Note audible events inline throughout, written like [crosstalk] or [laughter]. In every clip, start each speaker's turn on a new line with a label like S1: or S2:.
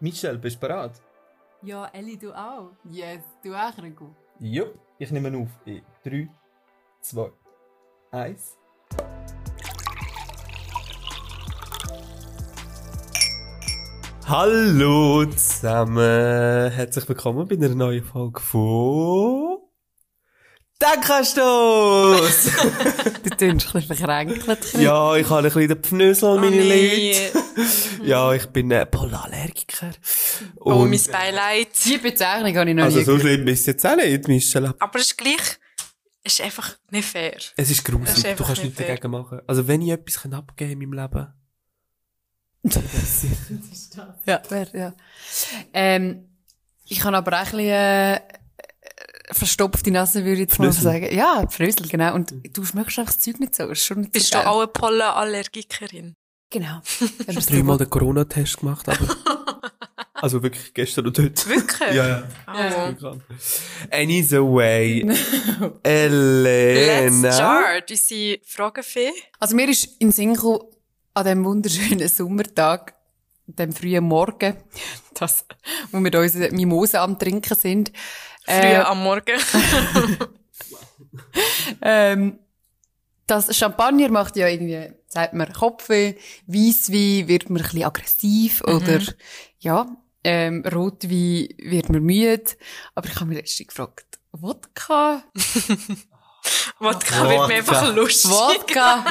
S1: Michelle, bist du bereit?
S2: Ja, Ellie, du auch. Yes, du auch, Rego.
S1: Jupp. Ich nehme auf in 3, 2, 1. Hallo zusammen! Herzlich willkommen bei einer neuen Folge von. Denkastoss!
S2: [laughs]
S1: [laughs]
S2: Du tönst ein bisschen verkränkelt.
S1: ja, ich habe ein bisschen den Pfnösel,
S3: Oh
S1: meine
S3: nee.
S1: Leute. Ja, ich bin äh, Pollenallergiker.
S3: Oh,
S1: Und-
S3: mein Beileid.
S2: Die Bezeichnung habe ich noch
S1: Also,
S2: nie
S1: so
S2: gehört.
S1: schlimm ist es jetzt auch nicht, Michelle.
S3: Aber es ist gleich, es ist einfach nicht fair.
S1: Es ist
S3: Das ist
S1: gruselig, du
S3: einfach
S1: kannst
S3: nicht
S1: nichts dagegen machen. Also wenn ich etwas kann abgeben in meinem Leben. das ist-
S2: Ja, wer, ja. Ähm, ich habe aber auch ein bisschen, äh, verstopfte Nase, würde ich jetzt mal
S1: Pfnüssel.
S2: sagen. Ja, Pfrösel, genau. Und du schmeckst einfach das Zeug nicht so. Ist schon nicht
S3: Bist
S2: so
S3: du
S2: geil.
S3: auch eine Pollenallergikerin?
S2: [laughs] Genau. Wenn man es so
S1: Dreimal
S2: will.
S1: den Corona-Test gemacht, aber...
S3: [laughs]
S1: also wirklich gestern und heute.
S3: Wirklich?
S1: ja, ja.
S3: Oh. [laughs]
S1: Anyway,
S3: Let's
S1: Elena.
S3: start, unsere Fragenfee.
S2: Also mir ist in den Sinn gekommen, an diesem wunderschönen Sommertag, dem frühen Morgen, [laughs] das, wo wir da unsere Mimosen am Trinken sind,
S3: Früh
S2: Äh,
S3: am Morgen. [laughs]
S2: ähm, das Champagner macht ja irgendwie, sagt man, Kopfweh, Weisswein wird man ein bisschen aggressiv oder ja, ähm, Rotwein wird man müde. Aber ich habe mich letztens gefragt, [laughs] Wodka?
S3: Wodka wird mir einfach
S2: [laughs]
S3: lustig. [laughs]
S2: Wodka?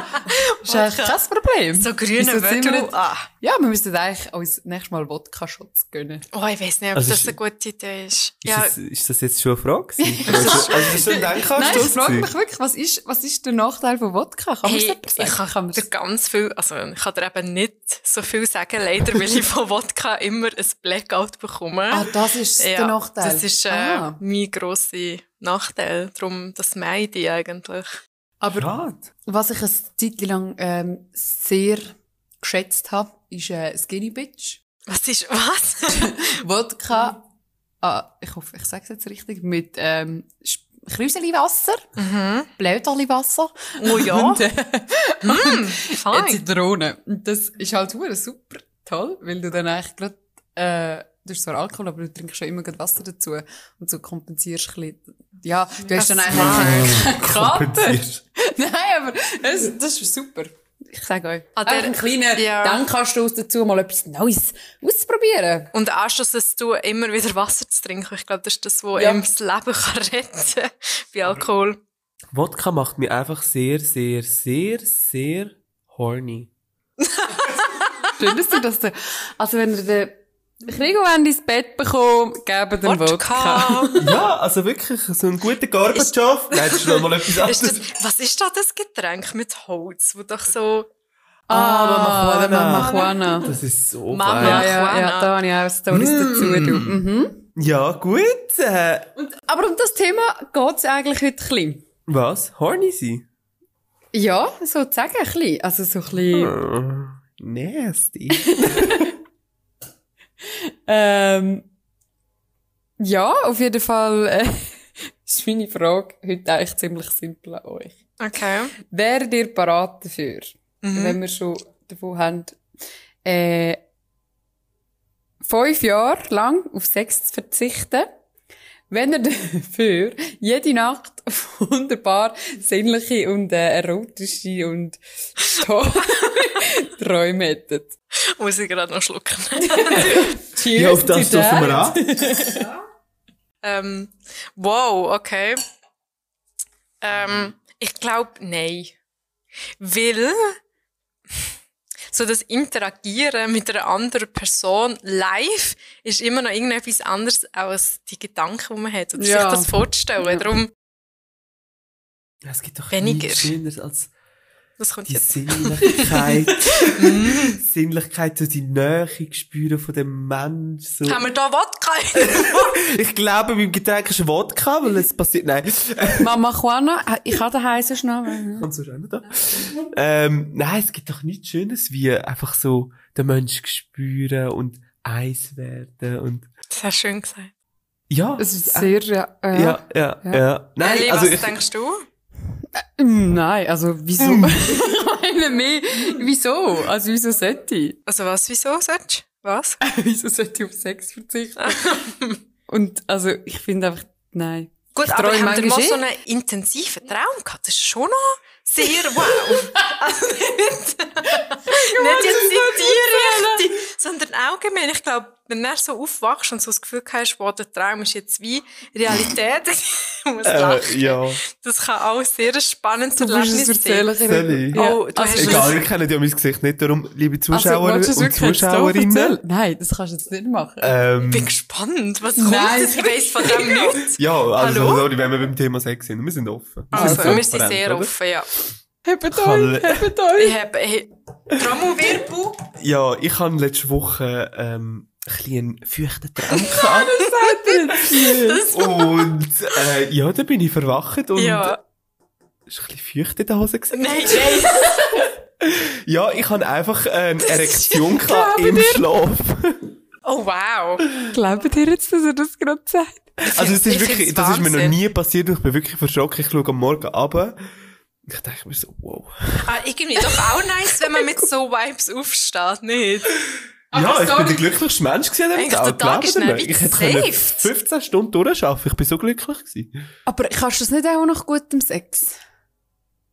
S2: ist eigentlich kein Problem.
S3: So grüne
S2: Wieso sind wir
S3: Wörter.
S2: nicht-
S3: Ah.
S2: Ja, wir müssen eigentlich uns nächstes Mal Wodka-Schutz gönnen.
S3: Oh, ich weiß nicht, ob
S1: Also
S3: das
S1: ist-
S3: eine gute Idee ist.
S1: Ist,
S3: Ja,
S1: das, ist das jetzt schon eine Frage? gewesen?
S3: [laughs]
S1: also, also, das ist schon ein
S2: Nein, ich
S1: Denkanstoss
S2: frage mich
S1: gewesen.
S2: wirklich, was ist, was ist der Nachteil von Wodka? Kann
S3: Hey,
S2: man das
S3: ich
S2: sagen? Kann man's-
S3: dir ganz viel, also ich kann dir eben nicht so viel sagen, leider, weil ich von Wodka immer ein Blackout bekomme.
S2: ah, das ist der Nachteil.
S3: Das ist äh,
S2: ah,
S3: mein grosser Nachteil. Darum, das meide ich eigentlich.
S2: aber
S1: Schade.
S2: was ich eine Zeit lang ähm, sehr geschätzt habe, ist äh, Skinny Bitch.
S3: Was ist [laughs] was? Mhm.
S2: Wodka, ah, ich hoffe, ich sage es jetzt richtig, mit ähm, Sp- Krüseliwasser,
S3: mhm.
S2: Bläuterliwasser
S3: Oh ja.
S2: und äh, [laughs] eine
S3: Hm, Fein.
S2: Zitrone. Und das ist halt hure super toll, weil du dann eigentlich grad, äh, du hast zwar Alkohol, aber du trinkst schon immer grad Wasser dazu und so kompensierst ein bisschen. Ja, du hast dann
S3: Das
S2: eigentlich [laughs] keine Karte.
S1: Kompensierst.
S2: [laughs] Nein, aber es, das ist super. Ich sage euch.
S3: Ah,
S2: Ah,
S3: der-
S2: der, einen kleinen,
S3: ja.
S2: dann kannst du aus dazu mal etwas Neues ausprobieren.
S3: Und anschluss, dass du immer wieder Wasser zu trinken. Ich glaube, das ist das, was
S2: Ja.
S3: ihm das Leben kann [laughs] retten kann. Bei Alkohol.
S1: Wodka macht mich einfach sehr, sehr, sehr, sehr horny.
S2: Schön, dass du das so- Also wenn ihr den Krieg ins Bett bekommt, gebt den Wodka.
S1: Ja, also wirklich, so ein guter Gorbatschow. Nein, das ist nochmal etwas
S3: [laughs] Ist
S1: anderes.
S3: das, was ist da das Getränk mit Holz, wo doch so
S1: Ah, Mamajuana.
S2: Mamajuana.
S1: Das ist so
S3: Mama.
S1: geil.
S2: Ja, ja, ja,
S3: Marihuana.
S2: da habe ich auch Storys dazu. Du. Mhm.
S1: Ja, gut. Äh,
S2: Aber um das Thema geht's eigentlich heute ein bisschen.
S1: was? Horny sein?
S2: Ja, sozusagen ein bisschen. Also so ein bisschen,
S1: Oh, nasty.
S2: ähm, ja, auf jeden Fall äh, [laughs] ist meine Frage heute eigentlich ziemlich simpel an euch.
S3: Okay.
S2: Wärt ihr parat dafür,
S3: Mhm.
S2: wenn wir schon davon haben, äh, fünf Jahre lang auf Sex zu verzichten, wenn ihr [laughs] dafür jede Nacht [laughs] auf wunderbar sinnliche und äh, erotische und [laughs] tolle Träume hättet.
S3: Muss ich gerade noch schlucken.
S2: Cheers to that.
S3: Ähm, wow, okay. Ähm,
S1: Mhm.
S3: ich glaube, nein. Weil [laughs] so das Interagieren mit einer anderen Person live ist immer noch irgendetwas anderes als die Gedanken, die man hat. Oder
S2: Ja.
S3: sich das vorzustellen. Darum,
S1: Es gibt doch
S3: Weniger.
S1: nichts Schöneres als
S3: das kommt
S1: die
S3: jetzt.
S1: Sinnlichkeit. Sinnlichkeit, so die Nähe spüren von dem Mensch. So.
S3: Haben wir da Wodka?
S1: [laughs]
S3: in?
S1: Ich glaube, beim Getränk ist Wodka, weil es passiert... Nein.
S2: Mama Juana, ich habe den heißen Schnabel.
S1: Und so schön, da. ähm, nein, es gibt doch nichts Schönes wie einfach so den Menschen spüren und eins werden und
S3: das hast du schön gesagt.
S1: ja.
S2: Es ist sehr, ja, äh,
S1: ja, ja, ja,
S2: ja.
S1: Nein,
S3: Ellie,
S1: also
S3: was
S1: ich,
S3: denkst du?
S2: Mm, Nein, also wieso? [laughs] ich [laughs] meine mehr, wieso? Also wieso sollte ich?
S3: Also was, wieso sollst Was?
S2: Wieso sollte ich auf Sex verzichten? [laughs] Und also ich finde einfach, nein.
S3: Gut,
S2: Ich
S3: aber
S2: träume
S3: ich habe mal
S2: manchmal
S3: so einen intensiven Traum gehabt. Das ist schon noch sehr wow.
S2: [laughs]
S3: also nicht, nicht jetzt in die Richtung, sondern allgemein. Ich glaube, wenn du so aufwachst und so das Gefühl hast, wow, der Traum ist jetzt wie Realität, [laughs] ich muss lachen.
S1: Äh, ja.
S3: Das kann auch sehr ein spannendes
S2: Du musst es
S3: Erlebnis sein.
S2: erzählen.
S1: Soll ich?
S2: Ja.
S3: Oh, du hast
S2: Also,
S1: Egal, wir kennen ja mein Gesicht nicht. Darum, liebe
S2: Also,
S1: Zuschauer
S2: willst du es
S1: und
S2: wirklich jetzt da
S1: Zuschauerinnen.
S2: erzählen? Nein, das kannst du jetzt nicht machen.
S1: Ähm,
S3: Ich bin gespannt, was
S2: Nein.
S3: kommt. jetzt? Ich weiss von
S2: [laughs]
S3: dem nichts.
S1: ja, also
S3: Hallo?
S1: sorry, wenn wir beim Thema Sex sind. Wir sind offen. Wir
S3: Also, wir sind
S1: transparent,
S3: sehr
S1: oder?
S3: offen, ja.
S2: Hebt
S1: Kalle.
S2: euch, hebt [laughs] euch.
S3: Ich habe... ich- Traumwirbel.
S1: Ja, ich habe letzte Woche ähm, ein bisschen einen feuchten Traum gehabt.
S2: [laughs]
S1: und äh, ja, da bin ich verwacht und
S3: Ja.
S1: ist ein bisschen feucht in der Hose gewesen.
S3: Nein, nein.
S2: [laughs]
S1: Ja, ich habe einfach äh, eine Erektion
S2: Ich
S1: gehabt
S2: glaube
S1: im
S2: dir.
S1: Schlaf.
S3: Oh, wow.
S2: Glaubt ihr jetzt, dass er das gerade sagt?
S1: Also es ist
S3: Ich
S1: wirklich,
S3: find's
S1: das ist mir noch
S3: Wahnsinn.
S1: nie passiert und ich bin wirklich verschrocken. Ich schaue am Morgen runter. Ich denke mir so, wow.
S3: Ah, irgendwie doch auch nice, wenn man mit so Vibes aufsteht, nicht? Ah,
S1: ja, ich bin
S2: sorry.
S1: der glücklichste Mensch gewesen an diesem
S3: Eigentlich der Tag
S1: Glaubt
S3: ist
S1: ihr
S3: dann
S1: mir?
S3: wie
S1: Ich hätte
S3: gesaved.
S1: können 15 Stunden durcharbeiten. Ich bin so glücklich gewesen.
S2: Aber kannst du es nicht auch nach gutem Sex?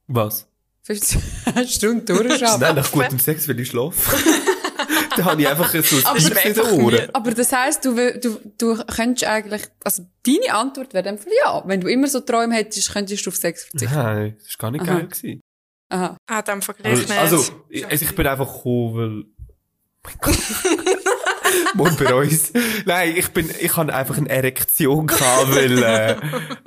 S1: Was?
S2: [laughs] 15 Stunden
S1: Nein,
S2: durcharbeiten.
S1: nach gutem Sex will ich schlafen. [laughs] da habe ich einfach
S3: [laughs]
S1: so ein
S3: Aber
S1: Tief
S3: es
S1: in
S3: einfach
S1: den Ohren.
S3: nie.
S2: Aber das heisst, du, wö- du, du könntest eigentlich, also deine Antwort wäre dann ja. Wenn du immer so Träume hättest, könntest du auf Sex verzichten.
S1: Nein, das war gar nicht
S2: Aha.
S1: geil. Gewesen.
S2: Aha.
S3: Ah, dann vergleich
S1: Also,
S3: nicht.
S1: also, ich, also ich bin einfach gekommen, weil... Mein Gott. Mund bei uns. Nein, ich bin, ich habe einfach eine Erektion gehabt, weil, äh,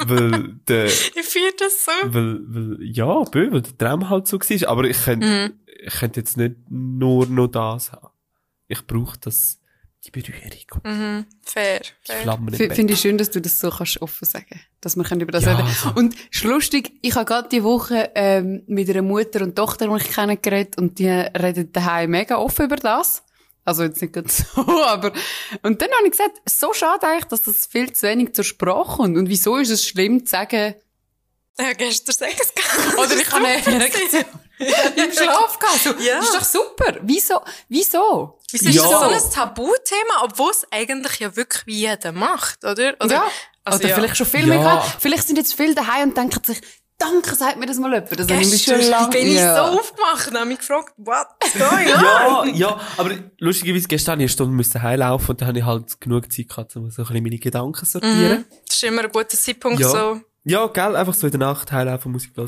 S1: weil der,
S3: ich fühle das so.
S1: weil, weil, ja, bö, weil der Traum halt so war. Aber ich könnte,
S3: Mhm.
S1: ich könnte jetzt nicht nur noch das haben. Ich brauche das, die Berührung,
S3: Mhm. Fair.
S1: die
S3: fair.
S1: Flammen im
S2: F-
S1: Bett.
S2: Finde ich schön, dass du das so kannst offen sagen Dass wir können über das
S1: Ja,
S2: reden
S1: also.
S2: Und es ist lustig, ich habe gerade diese Woche ähm, mit einer Mutter und Tochter, die ich kenne, geredet und die reden daheim mega offen über das. Also jetzt nicht ganz [laughs] so, aber... Und dann habe ich gesagt, so schade eigentlich, dass das viel zu wenig zur Sprache kommt. Und wieso ist es schlimm zu sagen...
S3: Ja, gestern Sex
S2: [laughs]
S3: gehabt. [laughs]
S2: Oder ich habe eine Erektion im Schlaf gehabt. So,
S3: Ja.
S2: Das ist doch super. Wieso? Wieso?
S3: Wieso ist
S1: Ja.
S3: das so ein Tabuthema, obwohl es eigentlich ja wirklich wie jeder macht, oder? oder
S2: ja.
S3: also
S2: Oder
S3: ja.
S2: vielleicht schon viel
S1: Ja.
S2: mehr gehabt. Vielleicht sind jetzt viele daheim und denken sich, danke, sagt mir das mal jemand. Das habe ich mich schon
S3: Gestern
S2: lange
S3: bin ich
S2: Ja.
S3: so aufgemacht und habe mich gefragt, what's going on?
S1: Ja, ja, aber lustigerweise gestern habe ich eine Stunde müssen heimlaufen und dann habe ich halt genug Zeit gehabt, um so ein bisschen meine Gedanken zu sortieren.
S3: Mhm. Das ist immer ein guter Zeitpunkt
S1: Ja.
S3: so.
S1: Ja, gell, einfach so in der Nacht heilaufen, Musik hören.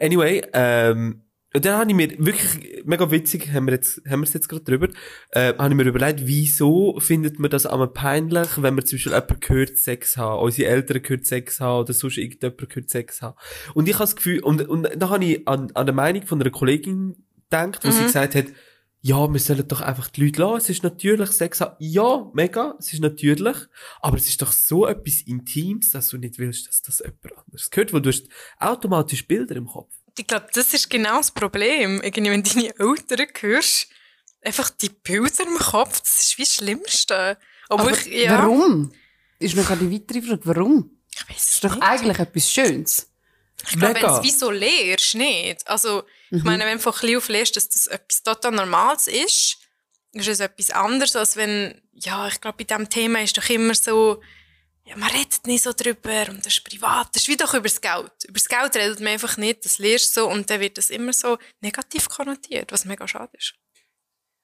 S1: Anyway, ähm, und dann habe ich mir wirklich, mega witzig, haben wir jetzt, haben wir es jetzt gerade drüber, äh, habe ich mir überlegt, wieso findet man das einmal peinlich, wenn man zum Beispiel jemanden gehört Sex haben, unsere Eltern gehört Sex haben, oder sonst irgendjemand gehört Sex haben. Und ich habe das Gefühl, und, und dann habe ich an, an der Meinung von einer Kollegin gedacht, wo sie
S3: Mhm.
S1: gesagt hat, ja, wir sollen doch einfach die Leute lassen, es ist natürlich Sex haben. Ja, mega, es ist natürlich. Aber es ist doch so etwas Intimes, dass du nicht willst, dass das jemand anderes hört, weil du hast automatisch Bilder im Kopf.
S3: Ich glaube, das ist genau das Problem. Irgendwie, wenn du deine Eltern hörst, einfach die Bilder im Kopf, das ist wie das Schlimmste. Obwohl
S2: Aber
S3: ich, ja,
S2: Warum? Ist noch eine weitere Frage. Warum?
S3: Ich weiß
S2: Das
S3: es
S2: ist doch
S3: nicht.
S2: eigentlich etwas Schönes.
S3: Ich glaube, wenn du es wie so lehrst, nicht. Also,
S2: Mhm.
S3: ich meine, wenn du von klein auf lehrst, dass das etwas total Normales ist, ist es etwas anderes, als wenn, ja, ich glaube, bei diesem Thema ist doch immer so, ja, man redet nicht so drüber und das ist privat. Das ist wie doch über das Geld. Über das Geld redet man einfach nicht, das lehrst du so und dann wird das immer so negativ konnotiert, was mega schade ist.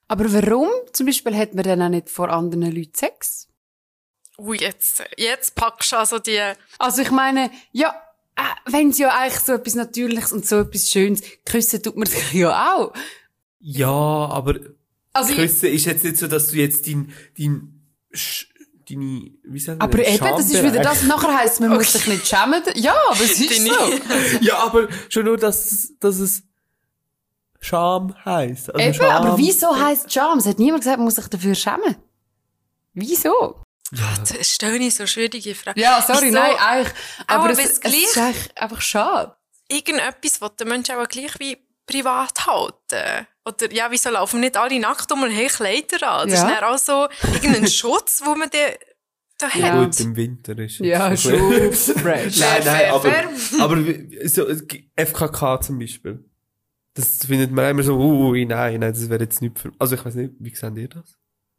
S2: Aber warum zum Beispiel hat man dann auch nicht vor anderen Leuten Sex?
S3: Ui, Oh, jetzt, jetzt packst du also die.
S1: Ah.
S2: Also ich meine, ja, äh, wenn es ja eigentlich so etwas Natürliches und so etwas Schönes küssen, tut man [laughs] sich ja auch.
S1: Ja, aber
S2: Also ich,
S1: Küssen ist jetzt nicht so, dass du jetzt dein, dein, Sch- deine, wie sagt man
S2: aber
S1: denn?
S2: eben, das ist wieder das. Nachher heisst, man muss
S3: Äh, Okay.
S2: sich nicht schämen. Ja, aber
S3: [laughs]
S2: es ist
S3: Deine-
S2: so.
S1: Ja, aber schon nur, dass, dass es Scham heisst. Also
S2: Eben,
S1: Scham.
S2: aber wieso heisst Charme? Es hat niemand gesagt, man muss sich dafür schämen. Wieso?
S1: Ja.
S3: Ah, Das stelle ich so schwierige Frage.
S2: Ja, sorry,
S3: Wieso?
S2: nein, eigentlich. Aber,
S3: Aber
S2: es,
S3: bis
S2: es
S3: gleich-
S2: ist eigentlich einfach schade.
S3: Irgendetwas, was der Mensch auch gleich wie privat halten. Oder, ja, wieso laufen nicht alle nackt um und haben Kleider an? Das
S2: Ja.
S3: ist dann auch so irgendein Schutz, wo man den, da
S1: Ja,
S3: hat.
S1: gut, im Winter ist
S2: Ja,
S1: jetzt-
S2: schon
S1: [laughs]
S2: fresh.
S1: Nein, nein,
S3: Fair,
S1: aber,
S3: fair,
S1: aber wie- so, es gibt FKK zum Beispiel. Das findet man immer so, ui, nein, nein, das wäre jetzt nicht für, also ich weiß nicht, wie seht ihr das?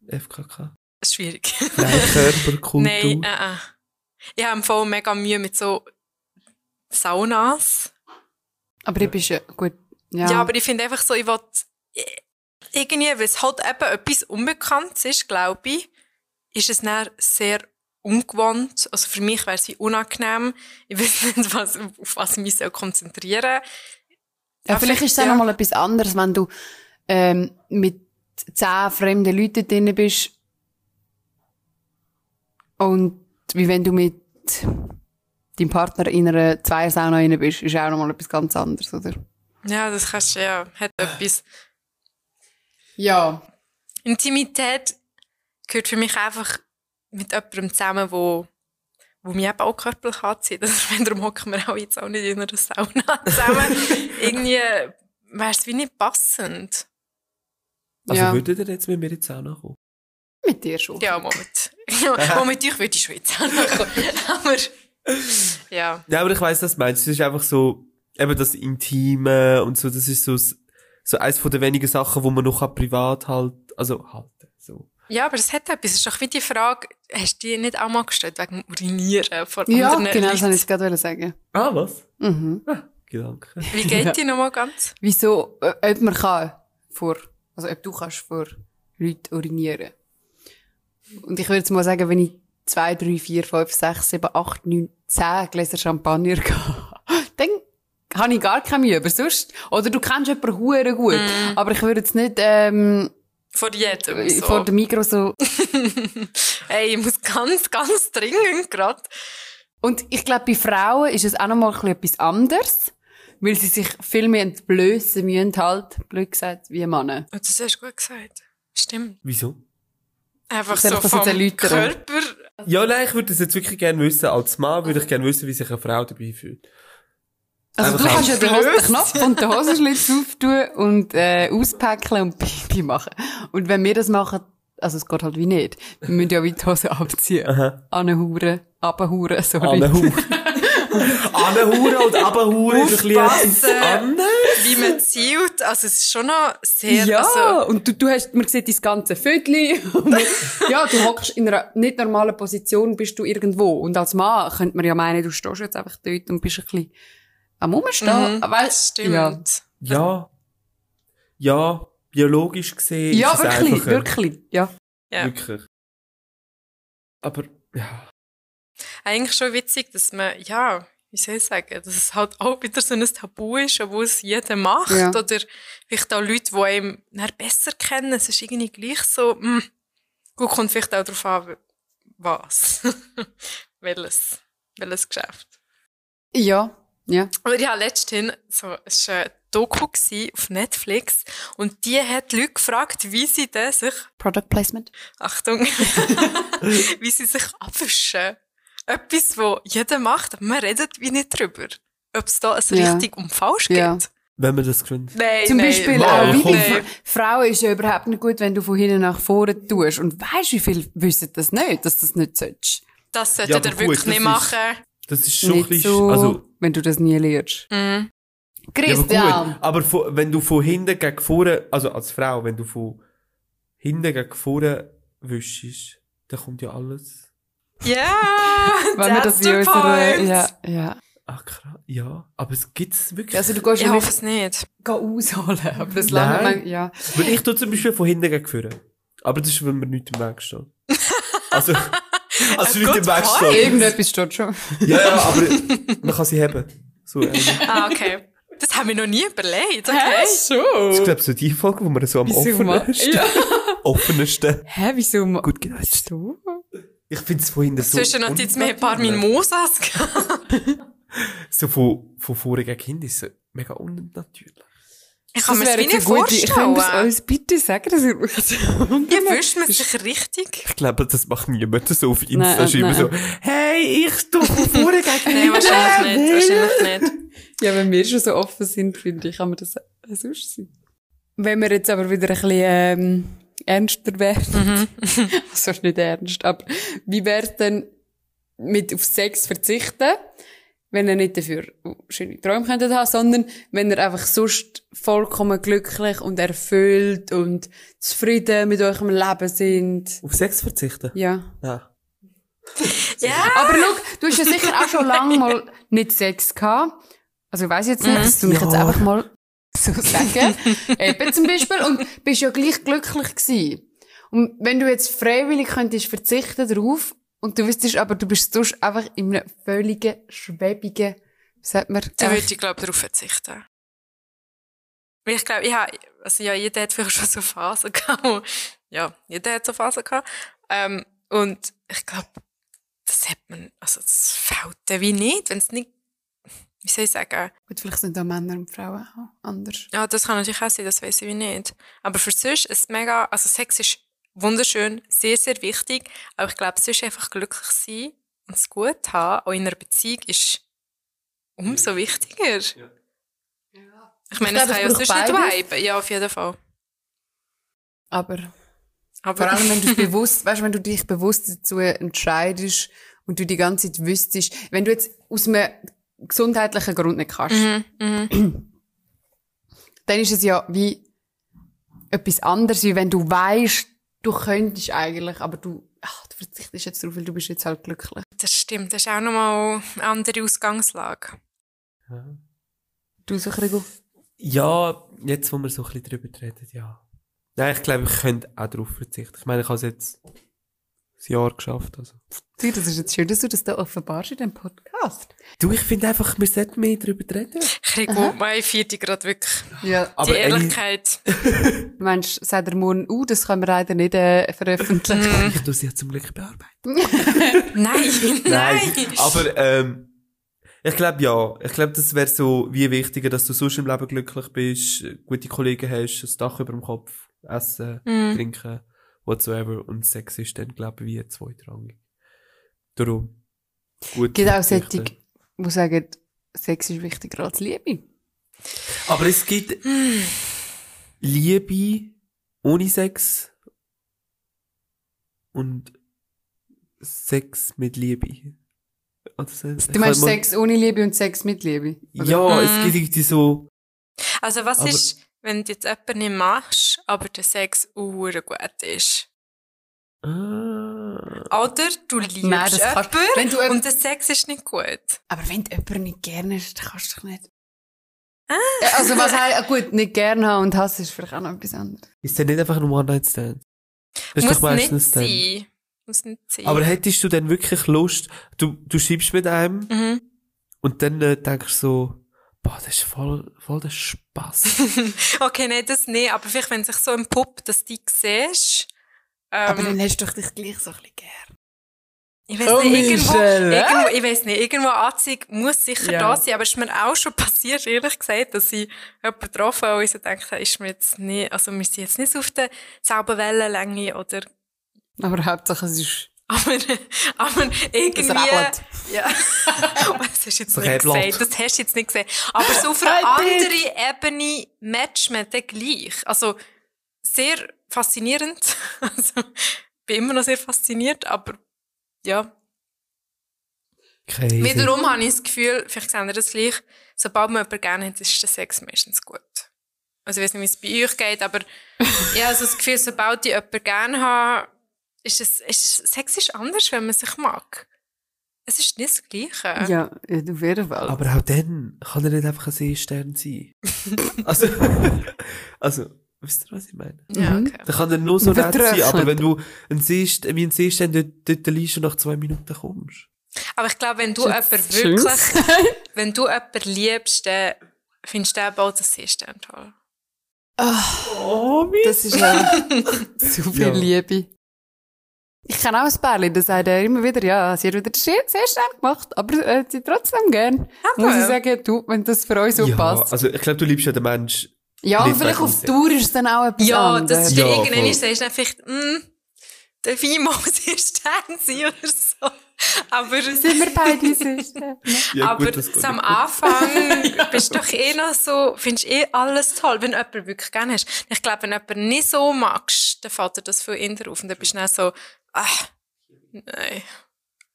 S1: FKK.
S3: ist schwierig.
S1: Nein, Körperkultur.
S3: [laughs] Nein, äh, äh. ich habe im Fall mega Mühe mit so Saunas.
S2: Aber ich bin ja gut. Ja,
S3: Ja, aber ich finde einfach so, ich will irgendwie, weil es halt eben etwas Unbekanntes ist, glaube ich, ist es dann sehr ungewohnt. Also für mich wäre es wie unangenehm. Ich weiß [laughs] nicht, was, auf was ich mich soll konzentrieren
S2: ja, vielleicht ist es auch noch mal etwas anderes, wenn du ähm, mit zehn fremden Leuten drin bist und wie wenn du mit deinem Partner in einer Zweiersauna drin bist, ist auch noch mal etwas ganz anderes, oder?
S3: Ja, das kannst du, ja, hat etwas.
S2: Ja.
S3: Intimität gehört für mich einfach mit jemandem zusammen, wo, wo mich eben auch körperlich anzieht. Also, [laughs] wenn darum hocken wir auch jetzt auch nicht in einer Sauna [laughs] zusammen. Irgendwie wäre es wie nicht passend.
S1: Also
S2: ja.
S1: würdet ihr jetzt mit mir in die Sauna kommen?
S2: Mit dir schon.
S3: Ja, [laughs] Moment. Ja, Moment, ich würde in die Schweiz [laughs] ankommen. Aber, ja.
S1: Ja, aber ich weiss, was du meinst. Das ist einfach so, eben das Intime und so, das ist so, s- so eins von den wenigen Sachen, wo man noch kann privat halt, also halten, so.
S3: Ja, aber es hat etwas. Es ist doch wie die Frage, hast du die nicht auch mal gestellt, wegen dem Urinieren vor
S2: Ja,
S3: anderen
S2: genau, das
S3: Leuten?
S2: wollte ich jetzt gerade sagen.
S1: Ah, was?
S2: Mhm.
S1: Gedanke.
S3: Wie geht die nochmal ganz?
S2: Wieso, äh, ob man kann vor, also ob du kannst vor Leuten urinieren. Und ich würde jetzt mal sagen, wenn ich zwei, drei, vier, fünf, sechs, sieben, acht, neun, zehn Gläser Champagner [laughs] gehe, dann habe ich gar keine Mühe, aber sonst, oder du kennst jemanden hure gut, aber ich würde jetzt nicht, ähm,
S3: Vor jedem. So.
S2: Äh, vor dem Mikro so,
S3: Ey, ich muss ganz, ganz dringend gerade.
S2: Und ich glaube, bei Frauen ist es auch nochmal etwas anderes, weil sie sich viel mehr entblößen müssen, halt, blöd gesagt, wie Männer.
S3: Und das hast du gut gesagt. Stimmt.
S1: Wieso?
S3: Einfach
S2: Soll ich
S3: so
S2: das
S3: vom
S2: jetzt erläutern?
S3: Körper.
S1: Ja, nein, ich würde das jetzt wirklich gerne wissen. Als Mann würde ich gerne wissen, wie sich eine Frau dabei fühlt.
S2: Also
S1: Einfach
S2: du kannst ja den, Hos- den
S3: entblößen.
S2: Knopf und den
S1: [laughs]
S2: Hosenschlitz auftun und äh, auspacken und Pipi machen. Und wenn wir das machen, also es geht halt wie nicht. Wir müssen ja wie die Hose abziehen.
S1: Aha.
S2: Anhuren, abhuren, sorry.
S1: Annehure. [laughs] Annehure und Abenhure ist ein bisschen etwas
S3: Aufpassen.
S1: anderes.
S3: Wie man zielt. Also, es ist schon noch sehr.
S2: Ja,
S3: Also,
S2: und du, du hast, man sieht dein ganze [laughs] Vödli. ja, du hockst in einer nicht normalen Position, bist du irgendwo. Und als Mann könnte man ja meinen, du stehst jetzt einfach dort und bist ein bisschen am Rumstehen.
S3: mhm,
S2: Weil-
S3: das stimmt.
S2: Ja,
S1: Ja. Ja, biologisch gesehen
S2: ja
S1: ist es
S2: wirklich,
S1: einfacher.
S2: wirklich, ja.
S3: Ja.
S1: Wirklich. Aber, ja.
S3: Eigentlich schon witzig, dass man, ja, wie soll ich sagen, dass es halt auch wieder so ein Tabu ist, obwohl es jeder macht.
S2: Ja.
S3: Oder vielleicht auch Leute, die einen dann besser kennen. Es ist irgendwie gleich so, hm, gut, kommt vielleicht auch darauf an, was. [laughs] welches, welches Geschäft.
S2: Ja, ja.
S3: Aber ich habe letzthin so es war ein Doku gewesen auf Netflix und die hat die Leute gefragt, wie sie denn sich
S2: Product Placement.
S3: Achtung, [laughs] wie sie sich abwischen. Etwas, wo jeder macht, aber man redet wie nicht drüber, ob es da ein
S2: Ja.
S3: richtig und falsch
S2: Ja.
S3: gibt.
S1: Wenn man das gründet.
S3: Nein,
S2: Zum
S3: nein,
S2: Beispiel
S1: nein,
S2: auch wie
S1: komm.
S2: bei Frauen ist ja überhaupt nicht gut, wenn du von hinten nach vorne tust. Und weißt wie viele wissen das nicht, dass du das nicht sollst?
S3: Das sollte
S1: Ja,
S3: ja,
S1: aber
S3: ihr
S1: gut,
S3: wirklich
S1: das
S3: nicht
S1: ist-
S3: machen.
S1: Das ist schon ein
S2: nicht
S1: bisschen,
S2: so,
S1: also,
S2: wenn du das nie lernst.
S1: Ja,
S3: Mhm.
S1: aber
S2: Christian!
S1: gut, aber von, wenn du von hinten gegen vorne, also als Frau, wenn du von hinten gegen vorne wischst, dann kommt ja alles.
S3: Ja,
S2: [laughs] wenn wir das
S3: that's the
S2: in unserer,
S3: point.
S2: ja, ja.
S1: Ach krass, ja. Aber es gibt's wirklich.
S2: Also du gehst
S3: Ich
S2: ja
S3: hoffe
S2: nicht
S3: es nicht.
S2: geh ausholen, aber das
S1: Nein.
S2: lange man, ja.
S1: Weil ich tu zum Beispiel von hinten gegen vorne. Aber das ist, wenn mir nichts im Weg
S3: [laughs]
S1: steht. Also, also nicht
S3: good
S1: im Weg
S3: point.
S1: steht.
S2: Irgendetwas steht schon.
S3: [laughs]
S1: Ja, ja, aber man kann sie haben. So, äh, ich
S3: Ah, okay. Das haben wir noch nie überlegt, okay?
S2: schon?
S1: glaube, so die Folge, wo wir so am
S2: Wieso ma-
S1: offensten,
S2: Ja.
S1: offensten,
S2: Hä, wieso? ma-
S1: gut gedacht.
S2: So?
S1: Ich finde es von hinten so.
S3: Zwischennotiz, wir haben ein paar
S1: unnatürlich.
S3: Mimosas [laughs] gehabt.
S1: So von, von vorne gegen hinten ist es mega unnatürlich.
S3: Ich kann mir das
S2: wäre jetzt
S3: wie nicht
S2: eine gute- Könnt ihr es
S3: vorstellen.
S2: uns bitte sagen, dass ihr
S3: Ihr wünscht man sich richtig.
S2: [laughs]
S1: Ich glaube, das macht niemand so auf Insta
S2: Nein,
S1: nein, schreiben,
S2: nein.
S1: so, hey, ich stehe von vorne gegen
S3: [laughs] Nein, wahrscheinlich
S1: hinten. [laughs]
S3: nicht. Wahrscheinlich nicht.
S2: Ja, wenn wir schon so offen sind, finde ich, kann man das auch sonst sein. Wenn wir jetzt aber wieder ein bisschen ähm, ernster [laughs] werden, also ist nicht ernst, aber wie wär's denn mit auf Sex verzichten? wenn ihr nicht dafür schöne Träume könntet haben, sondern wenn ihr einfach sonst vollkommen glücklich und erfüllt und zufrieden mit eurem Leben sind.
S1: Auf Sex verzichten?
S2: Ja.
S1: Nein.
S3: Ja!
S2: Aber schau, du hast ja sicher auch schon lange mal nicht Sex gehabt. Also ich weiss jetzt nicht, das tue ich jetzt
S1: Ja.
S2: einfach mal so sagen. Eben zum Beispiel. Und bist ja gleich glücklich gewesen. Und wenn du jetzt freiwillig könntest verzichten drauf und du wüsstest aber, du bist sonst einfach in einem völligen, schwäbigen, wie sagt man?
S3: Dann würde ich, glaube ich, darauf verzichten. Weil ich glaube, ich habe, also ja, jeder hat vielleicht schon so Phasen gehabt. wo- Ja, jeder hat so Phasen gehabt. Ähm, und ich glaube, das hat man, also das fällt dann wie nicht, wenn es nicht, wie soll ich sagen,
S2: Gut, vielleicht sind da Männer und Frauen auch anders.
S3: ja, das kann natürlich auch sein, das weiß ich wie nicht. Aber für sonst ist es mega, also Sex ist wunderschön, sehr, sehr wichtig, aber ich glaube, sonst einfach glücklich sein und es gut haben, auch in einer Beziehung, ist umso wichtiger. Ich meine,
S2: Ich
S3: es
S2: glaube,
S3: kann ja
S2: es
S3: sonst
S2: braucht
S3: nicht
S2: beides.
S3: vibe. Ja, auf jeden Fall.
S2: Aber
S3: Aber
S2: vor allem, wenn du es bewusst, weißt, wenn du dich bewusst dazu entscheidest und du die ganze Zeit wüsstest, wenn du jetzt aus einem gesundheitlichen Grund nicht kannst,
S3: Mhm, mhm.
S2: [clears throat] dann ist es ja wie etwas anderes, wie wenn du weißt, du könntest eigentlich, aber du, ach, du verzichtest jetzt drauf, weil du bist jetzt halt glücklich.
S3: Das stimmt, das ist auch nochmal eine andere Ausgangslage.
S2: Du so, Krigo?
S1: Ja, jetzt, wo wir so ein bisschen drüber reden, ja. Nein, ich glaube, ich könnte auch darauf verzichten. Ich meine, ich habe es jetzt ein Jahr geschafft. Also.
S2: Du, das ist jetzt schön, dass du das da offenbarst in dem Podcast.
S1: Du, ich finde einfach, wir sollten mehr drüber reden.
S3: Ich kriege auch meine vierte gerade wirklich.
S2: Ja.
S1: Aber
S3: die
S1: Elli- [laughs]
S3: Ehrlichkeit.
S2: Du meinst, sagt der morgen, uh, das können wir leider nicht äh, veröffentlichen.
S1: Ich tue sie ja zum Glück bearbeiten.
S3: Nein, nein.
S1: Aber ähm, ich glaube ja. Ich glaube, das wäre so wie wichtiger, dass du sonst im Leben glücklich bist, gute Kollegen hast, ein Dach über dem Kopf, Essen,
S3: Mhm.
S1: Trinken, whatsoever. Und Sex ist dann, glaube ich, wie zweitrangig. Darum. Gut.
S2: gibt auch
S1: verzichten.
S2: Genau, solche, die sagen, Sex ist wichtiger als Liebe.
S1: Aber es gibt Liebe ohne Sex und Sex mit Liebe. Oder so. Ich
S2: Du meinst
S1: kann mal-
S2: Sex ohne Liebe und Sex mit Liebe? oder?
S1: Ja, es
S3: Mhm.
S1: gibt irgendwie so.
S3: Also was
S1: Aber-
S3: ist, wenn du jetzt jemanden nicht machst, aber der Sex hure gut ist?
S1: Ah.
S3: Oder du liebst
S2: Nein, das kannst- wenn
S3: jemanden
S2: du jemand-
S3: und der Sex ist nicht gut.
S2: Aber wenn du jemanden nicht gerne hast, dann kannst du doch nicht. Ja, Also was heißt, gut, nicht gerne haben und Hass ist vielleicht auch noch etwas anderes.
S1: Ist der nicht einfach ein One-Night-Stand? Das ist
S3: Muss
S1: doch
S3: nicht
S1: meistens dann.
S3: sein. Muss nicht sein.
S1: Aber hättest du denn wirklich Lust, du, du schreibst mit einem
S3: mhm.
S1: und dann äh, denkst du so, boah, das ist voll, voll der Spaß.
S3: Okay, nein, das nicht. Aber vielleicht, wenn sich so ein Pupp, dass du dich siehst.
S2: Aber
S3: Ähm,
S2: dann hast du doch dich gleich so ein bisschen gern.
S3: ich weiß
S2: Oh,
S3: nicht, irgendwo,
S2: Michelle, äh?
S3: irgendwo, ich weiß nicht, irgendwo Anziehung muss sicher
S1: Ja.
S3: da sein, aber es ist mir auch schon [laughs] passiert, ehrlich gesagt, dass ich jemanden getroffen habe und ich so gedacht habe, ist mir jetzt nicht, also wir sind jetzt nicht auf der selben Wellenlänge oder
S2: Aber Hauptsache es ist
S3: Aber, aber irgendwie.
S2: rappelt.
S3: ja. [laughs] Oh, das hast du
S1: Das
S3: jetzt nicht
S1: rappelt.
S3: gesehen. Das hast du jetzt nicht gesehen. Aber so auf
S2: Hey,
S3: einer anderen
S2: Pete.
S3: Ebene matcht man dann gleich. Also, sehr faszinierend. [laughs] Also, bin immer noch sehr fasziniert, aber, ja.
S1: Crazy.
S3: Wiederum habe ich das Gefühl, vielleicht sehen wir das gleich, sobald man jemanden gerne hat, ist der Sex meistens gut. Also, ich weiß nicht, wie es bei euch geht, aber ich habe so das Gefühl, sobald ich jemanden gerne habe, ist es, ist, Sex ist anders, wenn man sich mag. Es ist nicht das Gleiche.
S2: ja, ja, auf jeden Fall.
S1: Aber auch dann kann er nicht einfach ein Seestern sein. also, also, wisst ihr, was ich meine?
S3: Ja, okay.
S1: Dann kann er nur so nett sein,
S2: Vertröchelt.
S1: aber wenn du ein Seestern, wie ein Seestern dort, dort liest und nach zwei Minuten kommst.
S3: Aber ich glaube, wenn du
S2: Ist
S3: jemanden
S2: jetzt
S3: wirklich, wenn du jemanden liebst, dann findest du den auch das Seestern toll.
S1: Oh, wie?
S2: das
S1: [laughs]
S2: ist ja zu viel
S1: Ja.
S2: Liebe. Ich kenne auch ein Pärchen, das sagt er immer wieder, ja, sie hat wieder sehr, sehr schnell gemacht, aber er hat sie trotzdem gern. Muss ich sagen, du, wenn das für euch so
S1: ja,
S2: passt.
S1: also ich glaube, du liebst ja den Mensch.
S2: Ja,
S1: Nicht
S2: und vielleicht
S1: wegen
S2: auf
S1: dem
S2: Tour ist es dann auch etwas
S3: Ja,
S2: anderes.
S3: das ist ja,
S1: Ja,
S3: irgendwann
S1: voll.
S3: ist es dann vielleicht, hm, mh, darf ich [laughs] mal sehr Stern sein oder so. Aber,
S2: sind wir beide
S3: [laughs]
S2: ne? Süße.
S1: Ja,
S3: aber
S1: gut, das
S3: so
S1: geht
S3: am
S1: nicht. [laughs]
S3: Anfang bist du doch eh noch so, findest eh alles toll, wenn du jemanden wirklich gerne hast. Ich glaube, wenn du jemanden nicht so magst, dann fällt dir das viel eher auf und dann bist du dann so, ah, nein.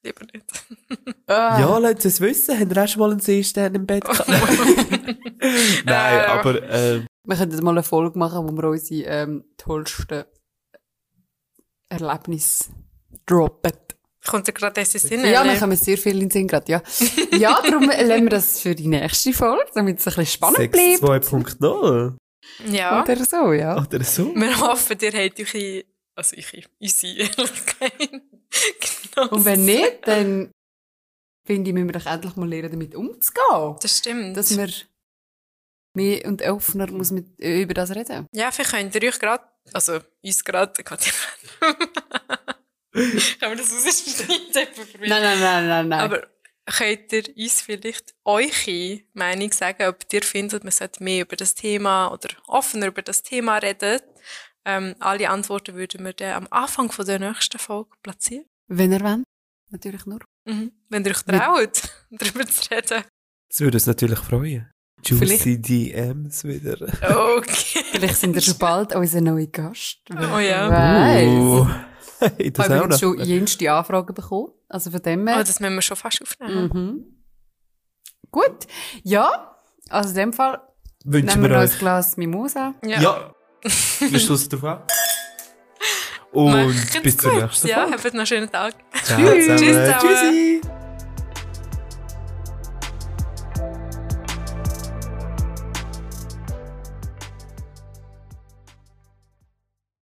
S3: Lieber nicht.
S2: Ah.
S1: Ja, Leute, es wissen, haben wir auch schon mal einen Seestern im Bett gehabt? [laughs] Nein,
S3: Äh.
S1: aber, ähm,
S2: Wir könnten mal eine Folge machen, wo wir unsere ähm, tollsten Erlebnisse droppen.
S3: Kommt dir gerade das in den Sinn?
S2: Ja, wir
S3: Ellie?
S2: kommen sehr viel in den Sinn gerade, ja. Ja,
S3: [laughs]
S2: darum lassen wir das für die nächste Folge, damit es ein bisschen spannend bleibt.
S1: 6.2.0.
S3: ja.
S2: Oder so, ja.
S1: Oder so.
S3: Wir hoffen, ihr habt eure, also eure, unsere Ehrlichkeit genossen.
S2: Und wenn nicht, dann finde ich, müssen wir doch endlich mal lernen, damit umzugehen.
S3: Das stimmt.
S2: Dass wir mehr und offener muss mit, äh, über das reden.
S3: ja, vielleicht könnt ihr euch gerade, also uns gerade, Gott, [laughs] ich kann mir
S2: [laughs]
S3: das rausschneiden.
S2: Nein, nein, nein, nein, nein.
S3: Aber könnt ihr uns vielleicht eure Meinung sagen, ob ihr findet, man sollte mehr über das Thema oder offener über das Thema reden? Ähm, alle Antworten würden wir dann am Anfang von der nächsten Folge platzieren.
S2: Wenn ihr wollt, natürlich nur.
S3: Wenn ihr euch traut, [laughs] darüber zu reden.
S1: Das würde uns natürlich freuen. Juicy
S2: Vielleicht-
S1: DMs wieder.
S3: Okay.
S2: Vielleicht sind ihr schon bald unser neuer Gast.
S3: [laughs] Oh ja.
S2: Weiss.
S1: Uh. [laughs] Hey, das
S2: Ich
S1: auch
S2: habe
S1: noch.
S2: jetzt schon jenste Anfragen bekommen. Also von dem
S3: Oh,
S2: her.
S3: das müssen wir schon fast aufnehmen.
S2: mhm. Gut. Ja. Also in dem Fall
S1: Wünschen
S2: nehmen
S1: wir
S2: wir
S1: euch.
S2: noch ein Glas Mimosa.
S1: Ja. Wir stoßen drauf an. Und
S3: Macht's
S1: bis zur
S3: gut.
S1: nächsten
S3: Ja,
S1: Folge.
S3: habt noch einen schönen Tag.
S1: Ciao zusammen.
S3: Tschüss zusammen.
S1: Tschüssi.